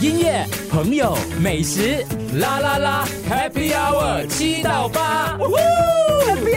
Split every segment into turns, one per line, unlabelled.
音乐、朋友、美食，啦啦啦，Happy Hour 七到八，Happy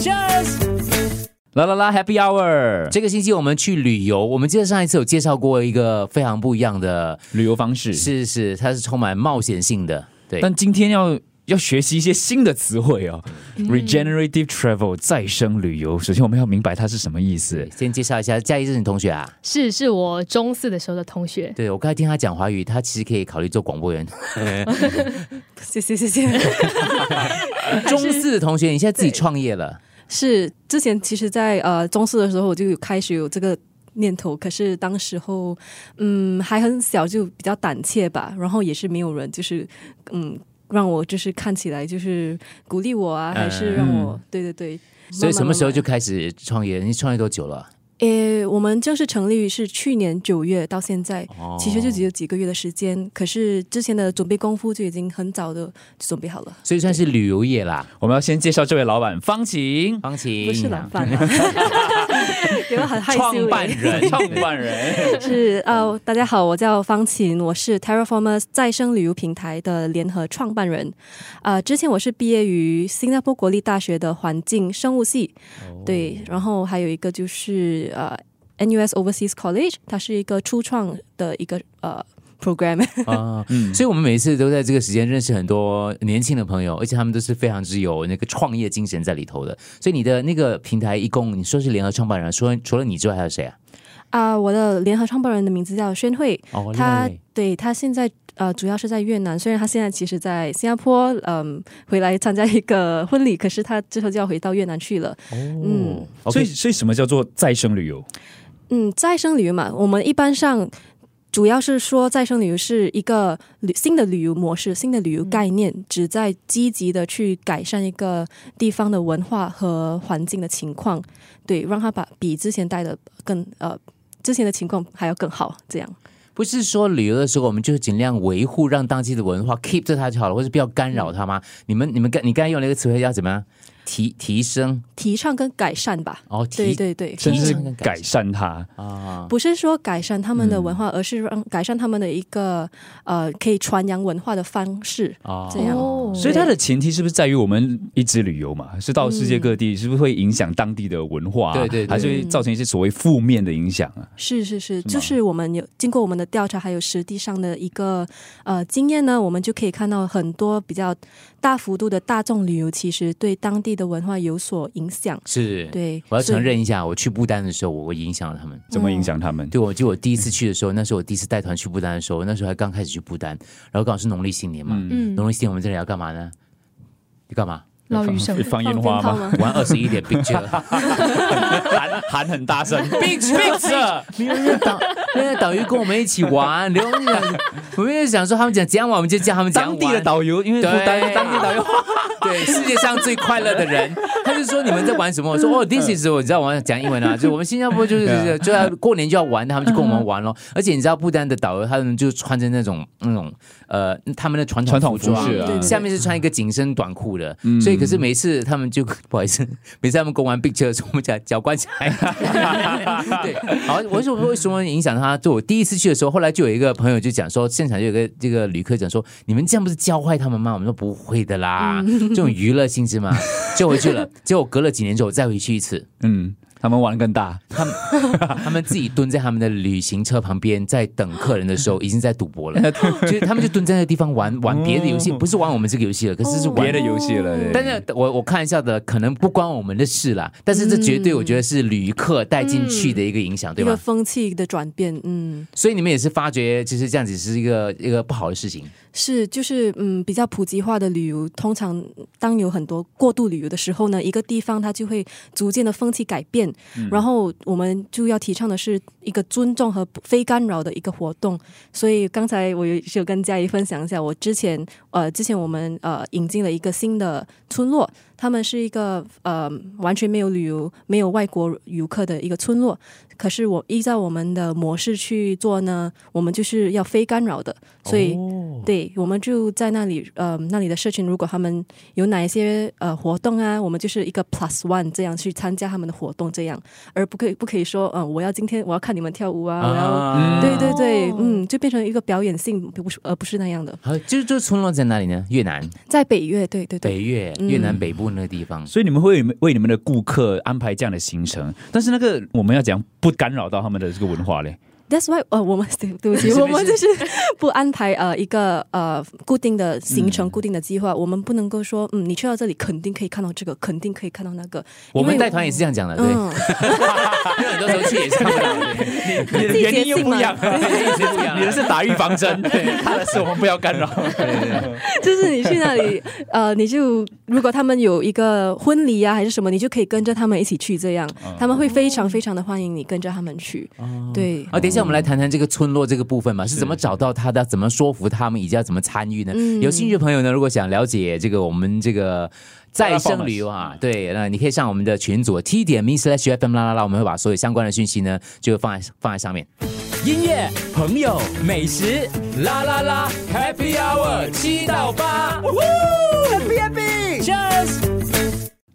Happy，Cheers。啦啦啦，Happy Hour！这个星期我们去旅游，我们记得上一次有介绍过一个非常不一样的，
旅游方式。
是是，它是充满冒险性的，对。
但今天要要学习一些新的词汇哦、r e g e n e r a t i v e travel 再生旅游。首先我们要明白它是什么意思。
先介绍一下，嘉怡是你同学啊？
是是我中四的时候的同学，
对，我刚才听他讲华语，他其实可以考虑做广播 员。
谢谢谢谢。
中四的同学，你现在自己创业了，
是之前其实在，呃中四的时候，我就有开始有这个念头，可是当时候嗯还很小，就比较胆怯吧，然后也是没有人就是嗯让我就是看起来就是鼓励我啊，还是让我、对对对。
嗯所以什么时候
慢慢慢慢
就开始创业？你创业多久了？
诶，我们正式成立是去年九月到现在，
哦
其实就只有几个月的时间。可是之前的准备功夫就已经很早的准备好了，
所以算是旅游业啦。
我们要先介绍这位老板方晴，
方晴
不是懒饭 啊，因为很害羞耶。欸
创办 人，
创办人。
是呃，大家好，我叫方琴，我是 Terraformers 再生旅游平台的联合创办人。啊、之前我是毕业于新加坡国立大学的环境生物系，对，然后还有一个就是呃 NUS Overseas College，它是一个初创的一个呃 program。
啊，所以我们每次都在这个时间认识很多年轻的朋友，而且他们都是非常之有那个创业精神在里头的。所以你的那个平台一共，你说是联合创办人，除了除了你之外还有谁啊？
啊、我的联合创办人的名字叫宣慧，
哦
他对他现在呃主要是在越南，虽然他现在其实在新加坡，嗯、回来参加一个婚礼，可是他之后就要回到越南去了。
嗯，
所以，
所以
所以什么叫做再生旅游？
嗯，再生旅游嘛，我们一般上主要是说再生旅游是一个旅新的旅游模式、新的旅游概念，旨在积极的去改善一个地方的文化和环境的情况，对，让它把比之前待的更呃之前的情况还要更好，这样。
不是说旅游的时候，我们就是尽量维护让当地的文化 keep 着它就好了，或是不要干扰它吗？
嗯
你们你们刚你刚才用了一个词汇叫怎么样？提提升
提倡跟改善吧，
哦，
对
提
对对，
甚至是
提倡跟改
改善它。
啊，
不是说改善他们的文化，而是让改善他们的一个呃可以传扬文化的方式，
哦
这样。
哦
所以它的前提是不是在于我们一直旅游嘛？是到世界各地，是不是会影响当地的文化啊？
嗯对对对嗯
还是会造成一些所谓负面的影响啊？
是是是，就是我们有经过我们的调查，还有实地上的一个呃经验呢，我们就可以看到很多比较大幅度的大众旅游，其实对当地的文化有所影响。
是。
对，
我要
所以
承认一下，我去不丹的时候，我我影响了他们。
怎么影响他们？
对，我记得我第一次去的时候，那时候我第一次带团去不丹的时候，那时候还刚开始去不丹，然后刚好是农历新年嘛，
嗯
农历新年我们这里要干嘛呢？要干嘛？
老余生
放烟
放
花
鞭炮
吗？
吗？
玩二十一点 picture，
喊喊很大 声
big picture，你们那导那个导游跟我们一起玩，然后我们想，我们就想说他们讲怎样玩，我们就教他们怎样
当
玩。
地的导游，因为不丹
对
当地导游，
对，世界上最快乐的 人，他就说你们在玩什么？我说哦，this
嗯
is 我知道我要讲英文啊，就我们新加 坡就是
啊
就是就要过年就要玩，他们就跟我们
嗯
玩咯。而且你知道不丹的导游他们就穿着那种那种呃他们的传统
传统
服
服
装
饰
啊对对对
下面是穿一个紧身短裤的，所以可是每次他们就 不好意思，每次他们公完 picture 的时候，我们脚脚关起来。 对，好，我说为什么影响他？就我第一次去的时候，后来就有一个朋友就讲说，现场就有一个这个旅客讲说，你们这样不是教坏他们吗？我们说不会的啦，这种娱乐性质嘛，就回去了。结果隔了几年之后我再回去一次，
嗯，他们玩更大，
他们自己蹲在他们的旅行车旁边，在等客人的时候，已经在赌博了。 就是他们就蹲在那个地方玩
哦
玩别的游戏，不是玩我们这个游戏了，可是是玩
别的游戏了。对
但是我我看一下的，可能不关我们的事啦。但是这绝对我觉得是旅客带进去的一个影响，
一
对
个
吧？
风气的转变，嗯，
所以你们也是发觉，其实这样子是一个一个不好的事情。
是就是嗯，比较普及化的旅游，通常当有很多过度旅游的时候呢，一个地方它就会逐渐的风气改变，然后我们就要提倡的是一个尊重和非干扰的一个活动。所以刚才我有是有跟佳怡分享一下，我之前呃，之前我们呃引进了一个新的村落，他们是一个呃完全没有旅游、没有外国游客的一个村落。可是我依照我们的模式去做呢，我们就是要非干扰的，所以对，我们就在那里，呃，那里的社群，如果他们有哪一些呃活动啊，我们就是一个 plus one 这样去参加他们的活动，这样，而不可以不可以说，呃，我要今天我要看你们跳舞啊，我要，
啊
对对对
哦，
嗯，就变成一个表演性，不是呃而不是那样的，
好，就就村落在哪里呢？越南
在北越，对对对，
北越，
嗯
越南北部那个地方。
所以你们会为你们的顾客安排这样的行程，但是那个我们要怎样不干扰到他们的这个文 化嘞？
That's why，呃，我们对对不
没
起，
事
我们
没
就是不安排呃一个呃固定的行程、固定的计划，我们不能够说，嗯，你去到这里肯定可以看到这个，肯定可以看到那个。
我们
因为
带团也是这样讲的，对，因
嗯，
为很多时候去也是看不到的，对
你的原因又不一样，
对对 对
你的是打预防针， 他的是我们不要干扰。
就是你去那里，呃，你就如果他们有一个婚礼啊还是什么，你就可以跟着他们一起去，这样他们会非常非常的欢迎你跟着他们去。对，
啊，等一下，我们来谈谈这个村落这个部分嘛，是怎么找到他的，怎么说服他们，以及要怎么参与呢？
嗯
有兴趣的朋友呢，如果想了解这个我们这个。再生旅游啊，对，那你可以上我们的群组 t 点 me slash fm 啦啦啦，我们会把所有相关的讯息呢，就放在放在上面。音乐、朋友、美食，啦啦啦，Happy Hour 七到八，Happy Happy，Cheers。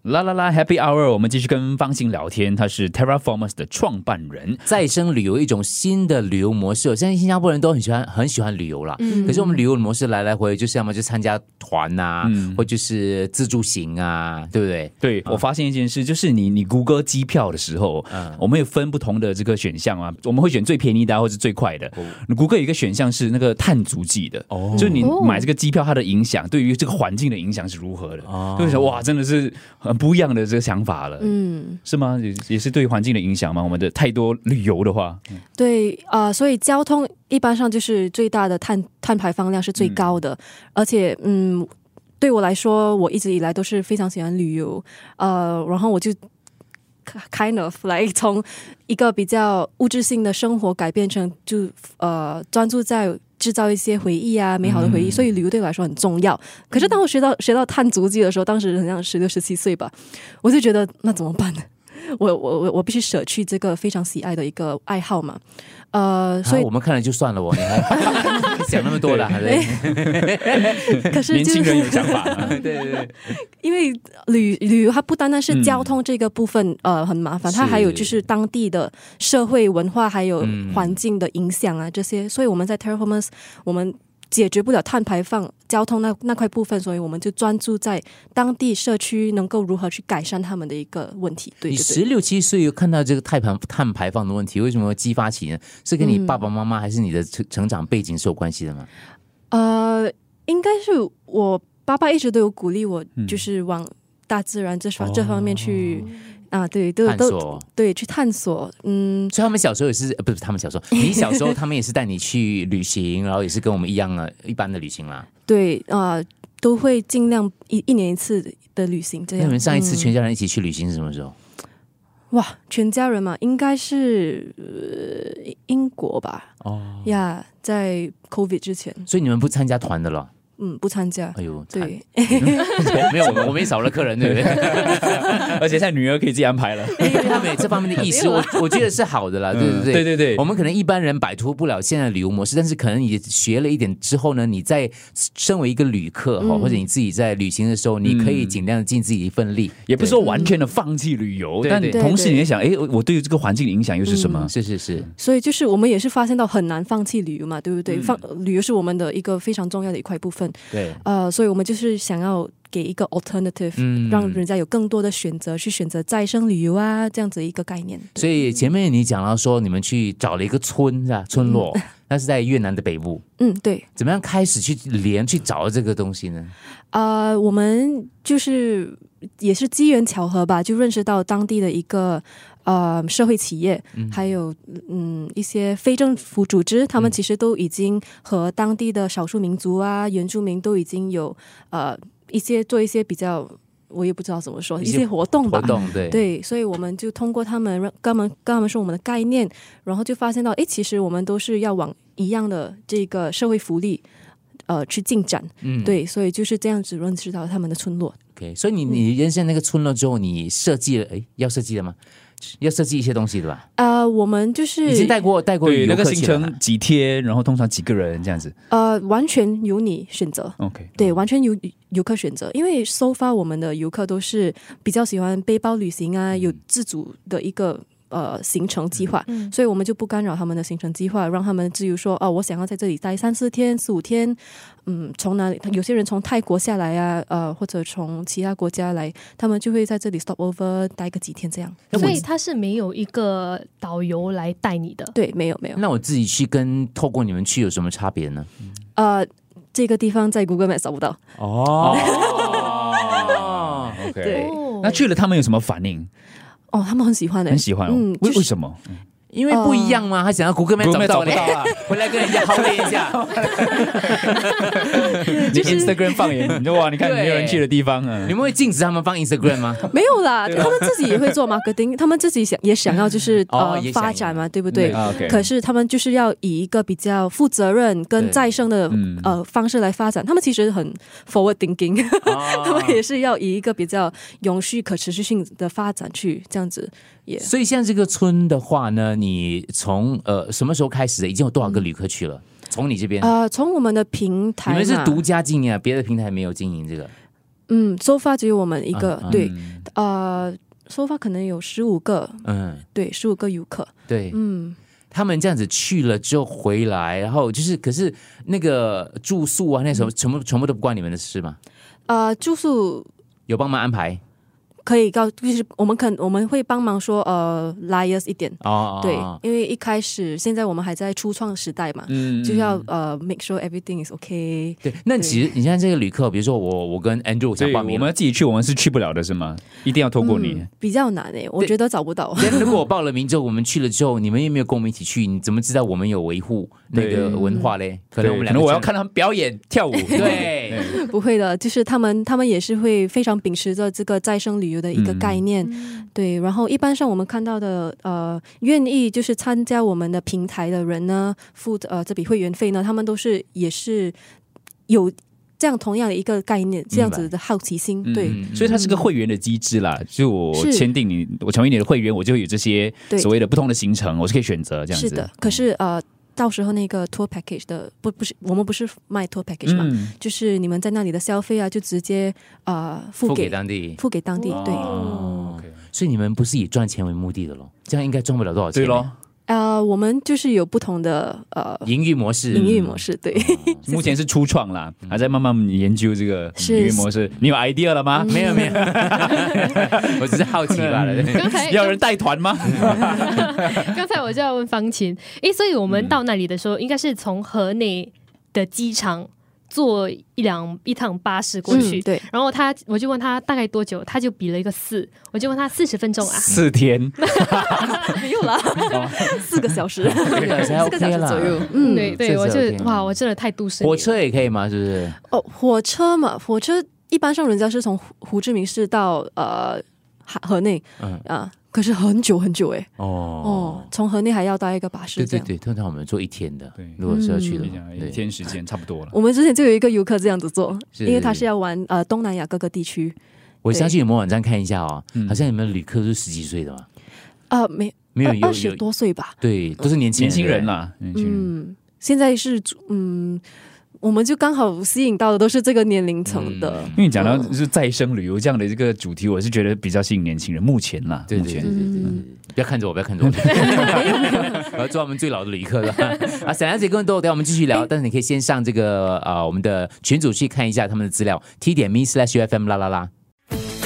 啦啦啦，Happy Hour，我们继续跟方兴聊天，他是 Terraformers 的创办人。
再生旅游一种新的旅游模式哦，现在新加坡人都很喜欢很喜欢旅游啦。可是我们旅游的模式来来回回就是要么就参加团呐、或就是自助行啊，对不对？
对，我发现一件事，就是你你谷歌机票的时候，
嗯
我们有分不同的这个选项啊，我们会选最便宜的、啊、或是最快的。你谷歌有一个选项是那个碳足迹的，哦，就是你
哦
买这个机票，它的影响对于这个环境的影响是如何的？
哦
就是说哇，真的是很不一样的这个想法了，
嗯。
是吗？也也是对环境的影响吗？我们的太多旅游的话，
对啊、呃所以交通一般上就是最大的碳碳排放量是最高的，而且嗯，对我来说，我一直以来都是非常喜欢旅游，呃，然后我就 kind of like 从一个比较物质性的生活改变成就呃专注在。制造一些回忆啊，美好的回
嗯
忆，所以旅游对我来说很重要。可是当我学到学到碳足迹的时候，当时很像十六、十七岁吧，我就觉得那怎么办呢？我我我我必须舍去这个非常喜爱的一个爱好嘛，呃，所
所以、
啊
以
我们看了就算了哦，你 还想那么多了，还在
可是
年
就
轻
是
人有想法 吗。
对对对，
因为旅旅游它不单单是交通这个部分，呃，很麻烦，
嗯是
它还有就是当地的社会文化还有
嗯
环境的影响啊、这些，所以我们在 Terraformers 我们解决不了碳排放、交通那那块部分，所以我们就专注在当地社区能够如何去改善他们的一个问题。对
你
对
十
对，
六七岁又看到这个碳排碳排放的问题，为什么会激发起呢？是跟你
嗯
爸爸妈妈还是你的成成长背景是有关系的吗？
呃，应该是我爸爸一直都有鼓励我，就是往大自然这方、这方面去。啊，对，都
哦探
都
索。
对，去探索，嗯，
所以他们小时候也是，呃不是他们 小时候，你小时候他们也是带你去旅行，然后也是跟我们一样的一般的旅行啦。
对啊、呃都会尽量一一年一次的旅行这
那
样。
你们上一次
嗯
全家人一起去旅行是什么时候？
哇，全家人嘛，应该是、呃、英国吧？哦，呀，在 COVID 之前，
所以你们不参加团的了？
嗯，不参加。
哎呦，惨，
对，
我没有，我们我们也少了客人，对 不对？
而且现在女儿可以自己安排了。
他们有啊这方面的意识，我我觉得是好的啦，对不
嗯
对？
对对对
我们可能一般人摆脱不了现在的旅游模式，但是可能你学了一点之后呢，你在身为一个旅客哈，
嗯
或者你自己在旅行的时候，你可以尽量尽自己一份力。
也不是说完全的放弃旅游，
对
但
对
同时你也想，哎，我我对于这个环境的影响又是什么？
嗯是是是，
所以就是我们也是发现到很难放弃旅游嘛，对不
嗯
对？放旅游是我们的一个非常重要的一块部分，
对，
呃，所以我们就是想要给一个 alternative，、
嗯
让人家有更多的选择去选择再生旅游啊，这样子一个概念。
所以前面你讲到说你们去找了一个村是吧？村落， 那是在越南的北部。
嗯，对。
怎么样开始去连去找这个东西呢？
呃，我们就是也是机缘巧合吧，就认识到当地的一个呃社会企业，还有嗯一些非政府组织，他
嗯
们其实都已经和当地的少数民族啊、原住民都已经有呃一些做一些比较，我也不知道怎么说，
一
一
些
些活动吧
活。动对，
对，所以我们就通过他们，让跟他们跟他们说我们的概念，然后就发现到，诶，其实我们都是要往一样的这个社会福利，呃，去进展。
嗯，
对，所以就是这样子认识到他们的村落。
OK。所以你你认识那个村落之后，你设计了，哎，要设计了吗？要设计一些东西的吧？
呃，我们就是
已经带过带过
对，
旅
那
游
个
客
行
去了吧
程几天，然后通常几个人这样子。
呃，完全由你选择。
OK，
嗯
对，完全由游客选择，因为 so far 我们的游客都是比较喜欢背包旅行啊，
嗯
有自主的一个呃行程计划，
嗯
所以我们就不干扰他们的行程计划，让他们自由说哦，我想要在这里待三四天、四五天，嗯，从哪里？有些人从泰国下来啊，呃，或者从其他国家来，他们就会在这里 stop over 待个几天这样。
所以他是没有一个导游来带你的。
对，没有没有，
那我自己去跟透过你们去有什么差别呢？
呃，这个地方在 Google Map 找不到，
哦，
OK，
对
哦
那去了他们有什么反应？
哦，他们很喜欢的、
很喜欢哦，
嗯，
为
就
为
是
什么？
因为不一样
呃
嘛，他想要谷歌没
Google
找
Map
不到嘞
找不到啊，
回来跟人家好练一下。
你 Instagram 放眼，你就哇，你看
对
没有人去的地方啊
你。们会禁止他们放 Instagram 吗？
没有啦，
啊
他们自己也会做 marketing，他们自己想也想要就是、
哦也
呃
想要
发展嘛，对不对？
啊，OK，
可是他们就是要以一个比较负责任跟
对
再生的
嗯
呃方式来发展，他们其实很 forward thinking，、他
啊
们也是要以一个比较永续、可持续性的发展去这样子也。
所以现在这个村的话呢，你从呃什么时候开始的？已经有多少个旅客去了？从你这边，
呃，从我们的平台
你们
嘛，
是独家经营啊，别的平台没有经营这个。
嗯，so far 只有我们一个，
啊
对，呃，so far 可能有十五个，
嗯，
对，十五个游客，
对，
嗯，
他们这样子去了之后回来，然后就是，可是那个住宿啊，那
嗯
什么全部全部都不关你们的事吗？
呃，住宿
有帮忙安排
可以告，就是我们肯我们会帮忙说呃 liars 一点，
啊
哦，
对
哦，
因为一开始现在我们还在初创时代嘛，
嗯
就要呃 make sure everything is okay。
对，那其实你现在这个旅客，比如说我，我跟 Andrew
所
想
以
报
我
名
们要自己去，我们是去不了的，是吗？一定要透过你
嗯。比较难诶、我
对
觉得找不到。
但如果我报了名之后，我们去了之后，你们有没有跟我们一起去？你怎么知道我们有维护那个
对
文化嘞？可
可能
能
我
我
们
们
两
两个
个，我要
真的
看他们表演跳舞。
对，
不会的，就是他们他们也是会非常秉持着这个再生旅游的一个
嗯
概念。
嗯
对，然后一般上我们看到的，呃，愿意就是参加我们的平台的人呢，付呃这笔会员费呢，他们都是也是有这样同样的一个概念，这样子的好奇心，对、
嗯所以它是个会员的机制啦，就我
是
签订你，我成为你的会员，我就有这些
对
所谓的不同的行程，我是可以选择这样子。
是的。可是呃，到时候那个 tour package 的不不是我们不是卖 tour package 嘛，
嗯，
就是你们在那里的消费啊，就直接呃付
付
给
给当地。
付给当地，对，
哦，所以你们不是以赚钱为目的的咯？这样应该赚不了多少钱。
对咯，。
呃，我们就是有不同的呃
营运模式，
营运模式，对。
目前是初创啦，还在慢慢研究这个
是
营运模式。你有 idea 了吗？
没有没有，我只是好奇罢了。
刚才
要有人带团吗？
刚才我就要问方琴，诶，所以我们到那里的时候，应该是从河内的机场坐一两一趟巴士过去。
嗯，对，
然后他，我就问他大概多久，他就比了一个四，我就问他四十分钟啊，
四天，
没有啦，四个小时，
哦 四个小时还
四个小
OK
时
啦
左右。
嗯，
嗯，
对对，
这
我
是
就
OK
哇，我真的太都市女了
火车也可以吗？是不是？
哦，火车嘛，火车一般上人家是从胡胡志明市到呃河河内，
嗯
啊，可是很久很久哎、
哦
哦，，从河内还要搭一个巴士
对
这
对
样。
对，通常我们做一天的
对，嗯
如果是要去的
一
话，对
天时间差不多了。
我们之前就有一个游客这样子做，
是
因为他是要玩呃东南亚各个地区，
我
对
相信你们网站看一下哦，
嗯
好像你们旅客都是十几岁的嘛，
啊，没
没有
二
有
二十
有
多岁吧，
对，都是年轻
年轻人
了。
啦，年轻人。
嗯，现在是嗯，我们就刚好吸引到的都是这个年龄层
嗯
的，
因为你讲到就是再生旅游这样的这个主题，我是觉得比较吸引年轻人。目前啦，
对
目
对对
前
对对对，不要看着我，不要看着我，我要做我们最老的旅客了 啊！想了解更多，等一下我们继续聊。但是你可以先上这个啊、呃我们的群组去看一下他们的资料，t 点 me slash fm 啦啦啦。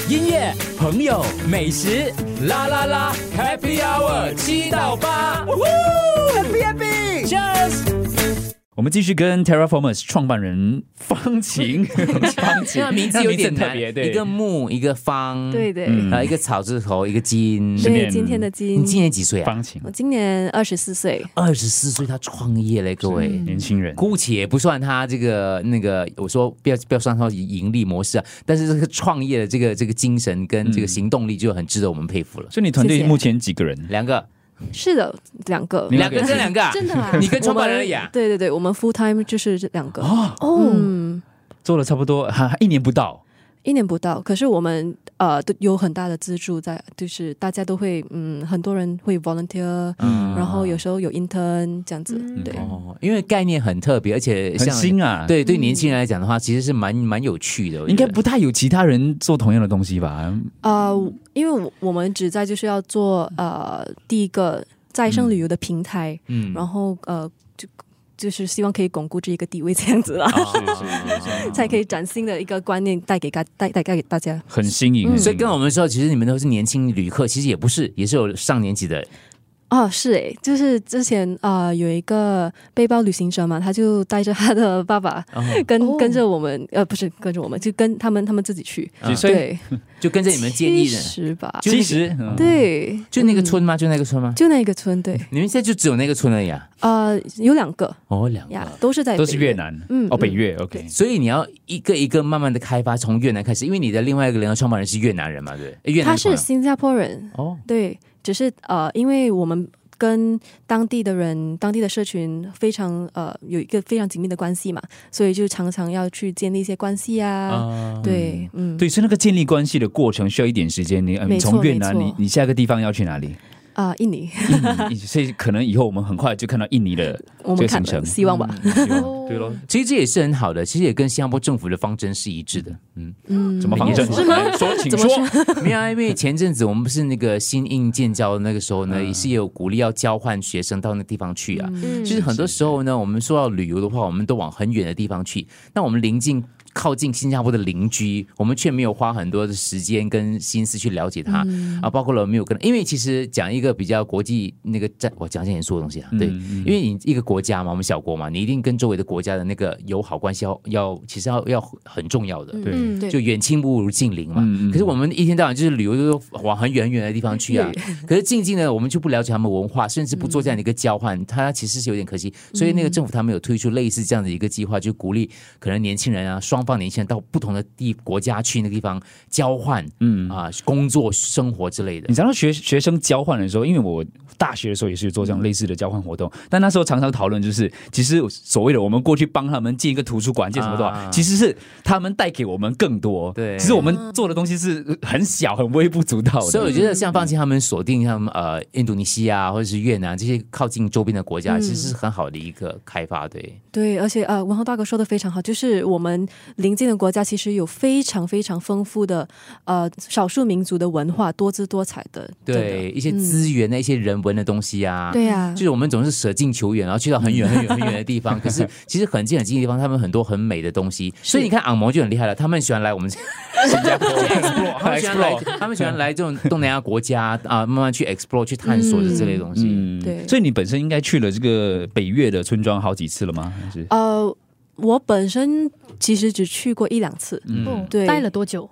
音乐、朋友、美食，啦啦啦，Happy Hour 七到八，Happy Happy，Cheers！
我们继续跟 Terraformers 创办人方 晴，方
这
晴
个名字有点
很特
难，
别，
一
对，
个木，一个方，
对对。
嗯
然后一个草字头，一个金。
是
对，
面
今天的
你
金，
今年几岁啊？
方晴
我，今年二十四岁，
二十四岁，他创业嘞，各位。
年轻人，
姑且不算他这个那个，我说不要不要算他盈利模式啊，但是这个创业的这个这个精神跟这个行动力就很值得我们佩服了。
所以你团
谢
队
谢
目前几个人？
两个，
是的，两个，
你
两个，
两个
这两个啊，
真 的啊，
你跟创办人而已
呀？
啊。
对对对，我们 full time 就是这两个。哦，
哦，
嗯，
做了差不多，哈，一年不到，
一年不到，可是我们呃都有很大的资助在，就是大家都会嗯，很多人会
啊
volunteer，、
嗯
然后有时候有 intern 这样子，
嗯
对。
哦，因为概念很特别，而且
很
像
新啊，，
对对年轻人来讲的话，其实是蛮蛮有趣的。我觉得
应该不太有其他人做同样的东西吧？
哦
呃，因为我我们旨在就是要做呃第一个再生旅游的平台，
嗯
然后呃就就是希望可以巩固这一个地位这样子啦，
哦
才可以崭新的一个观念带给大带带带给大家。
很新颖，很
嗯所
新
以
颖
跟我们说，其实你们都是年轻旅客，其实也不是，也是有上年纪的。
哦，是诶，就是之前啊、呃有一个背包旅行者嘛，他就带着他的爸爸
哦
跟、
哦
跟着我们，呃，不是跟着我们，就跟他们他们自己去，
啊
嗯所以
对，
就跟着你们建议的，
十吧，
就
其
那个
实嗯
对，
就那个
嗯
村吗？就那个村吗？
就那个村，对，
你们现在就只有那个村而已啊？
呃，有两个
哦，两
呀
个。，
都是在
都是
北
越南，
嗯
哦，北
嗯
越，OK，
所以你要一个一个慢慢的开发，从越南开始，因为你的另外一个联合创办人是越南人嘛，对不对？越南的朋
他是
友
新加坡人，
哦，
对，只是呃，因为我们跟当地的人、当地的社群非常呃有一个非常紧密的关系嘛，所以就常常要去建立一些关系啊，
啊，
对，嗯，
对，所以那个建立关系的过程需要一点时间。你嗯，
没错
从越南，
没错
你你下一个地方要去哪里？
啊、印尼，
印 尼，所以可能以后我们很快就看到印尼的这
我们
个行
看
程
希望吧，
哦
对咯，
其实这也是很好的，其实也跟新加坡政府的方针是一致的。嗯，
嗯，
怎么方针？
是
来说，请
怎么
说。
没有啊，因为前阵子我们不是那个新印建交的那个时候呢，也是有鼓励要交换学生到那地方去啊。
嗯
其实很多时候呢，我们说到旅游的话，我们都往很远的地方去。那我们临近靠近新加坡的邻居，我们却没有花很多的时间跟心思去了解它、啊，包括了没有跟，因为其实讲一个比较国际那个战，我讲一些严肃的东西啊，对，因为你一个国家嘛，我们小国嘛，你一定跟周围的国家的那个友好关系要要，其实要要很重要的。
对
嗯
就远亲不如近邻嘛。
嗯嗯
可是我们一天到晚就是旅游，就是往很远很远的地方去啊。可是静静呢，我们就不了解他们文化，甚至不做这样的一个交换，它其实是有点可惜。所以那个政府他们有推出类似这样的一个计划，就鼓励可能年轻人啊，双方年轻人到不同的地国家去那个地方交换，嗯啊，工作、生活之类的
你。知道学学生交换的时候，因为我大学的时候也是有做这样类似的交换活动，但那时候常常讨论就是，其实所谓的我们过去帮他们建一个图书馆、建什么的话，
啊
其实是他们带给我们更多。
对
其实我们做的东西是很小、很微不足道的。
所以我觉得像放弃他们锁定像呃印度尼西亚或者是越南这些靠近周边的国家，
嗯
其实是很好的一个开发，对。
对，而且呃，文豪大哥说的非常好，就是我们邻近的国家其实有非常非常丰富的呃少数民族的文化，多姿多彩的，真的
对一些资源啊的一些人文的东西啊，
对呀、
就是我们总是舍近求远，然后去到很远很远很远的地 方。可是其实很近很近的地方，他们很多很美的东西。所以你看，昂摩就很厉害了，他们喜欢来我们新加坡 explore，他们喜欢来，他们喜欢来这种东南亚国家啊，慢慢去 explore 去探索的这类东西。
嗯
对
所以你本身应该去了这个北越的村庄好几次了吗？还是
呃，我本身其实只去过一两次，
哦
对
待了多久？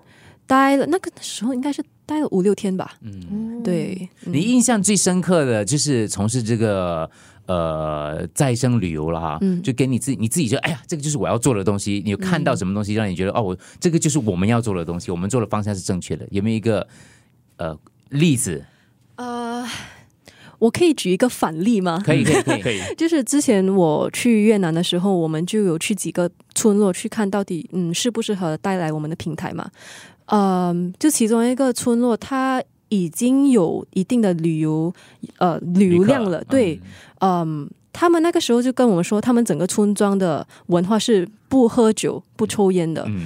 待了那个时候应该是待了五六天吧。
哦，
嗯对，
嗯你印象最深刻的就是从事这个呃再生旅游了哈，
嗯
就给你自己你自己就哎呀，这个就是我要做的东西。你有看到什么东西让你觉得、哦，我这个就是我们要做的东西，我们做的方向是正确的？有没有一个呃例子？
呃，我可以举一个反例 吗？
可以可以可以 可以，
就是之前我去越南的时候，我们就有去几个村落去看到底，嗯，适不适合带来我们的平台嘛？嗯，就其中一个村落，它已经有一定的旅游呃旅游量了，对，嗯。他们那个时候就跟我们说，他们整个村庄的文化是不喝酒、不抽烟的。
嗯，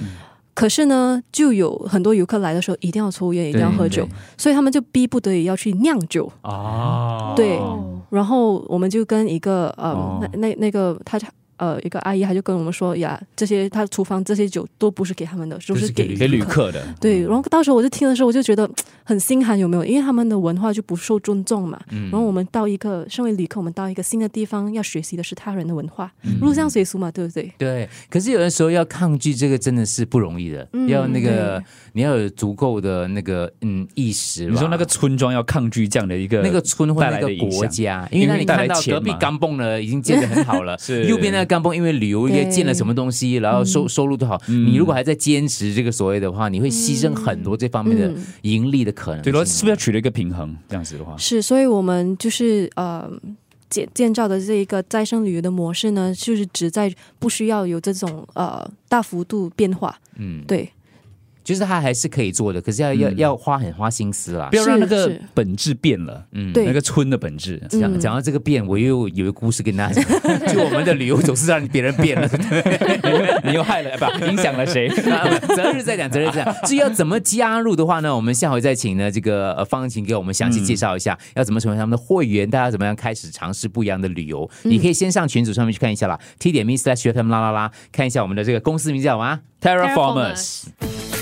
可是呢，就有很多游客来的时候一定要抽烟，一定要喝酒，所以他们就逼不得已要去酿酒。
啊
对
哦
然后我们就跟一个呃、
哦
那那那个他呃一个阿姨，她就跟我们说呀，这些他厨房这些酒都不是给他们的，都
是
是
给
给
给旅。客的，
对，然后到时候我就听的时候，我就觉得嗯很心寒，有没有？因为他们的文化就不受尊重嘛。
嗯
然后我们到一个身为旅客，我们到一个新的地方，要学习的是他人的文化，入乡随俗嘛，对不对？
对，可是有的时候要抗拒这个真的是不容易的，
嗯
要那个你要有足够的那个嗯意识吧。
你说那个村庄要抗拒这样的一个
那个村或
带
那
来
个
的影
国
响
家，因为那
因为
你
带来
看到
钱
隔壁
嘛
甘蹦呢已经建得很好了，
是
右边那个甘蹦因为旅游业
对嗯
建了什么东西，然后收收入都好，
嗯
你如果还在坚持这个所谓的话，你会牺牲很多这方面的
嗯
盈利的可能
对了，
性。
是不是要取得一个平衡？这样子
啊
的话，
是，所以我们就是呃。建建造的这一个再生旅游的模式呢，就是旨在不需要有这种呃大幅度变化，
嗯，
对，
就是它还是可以做的，可是
嗯
要要要花很花心思啦
不。要让那个
是
本质变了，
嗯，
对
那个村的本质。
讲讲到这个变，我又有一个故事跟大家讲，就我们的旅游总是让别人变了，
你又害
哎
了，不影响了谁？
择日再讲，择日再讲。至于要怎么加入的话呢，我们下回再请呢这个呃方晴给我们详细介绍一下，要怎么成为他们的会员，大家怎么样开始尝试不一样的旅游。你可以先上群组上面去看一下啦，t 点 me slash fm 啦啦啦，看一下我们的这个公司名字好吗？
Terraformers。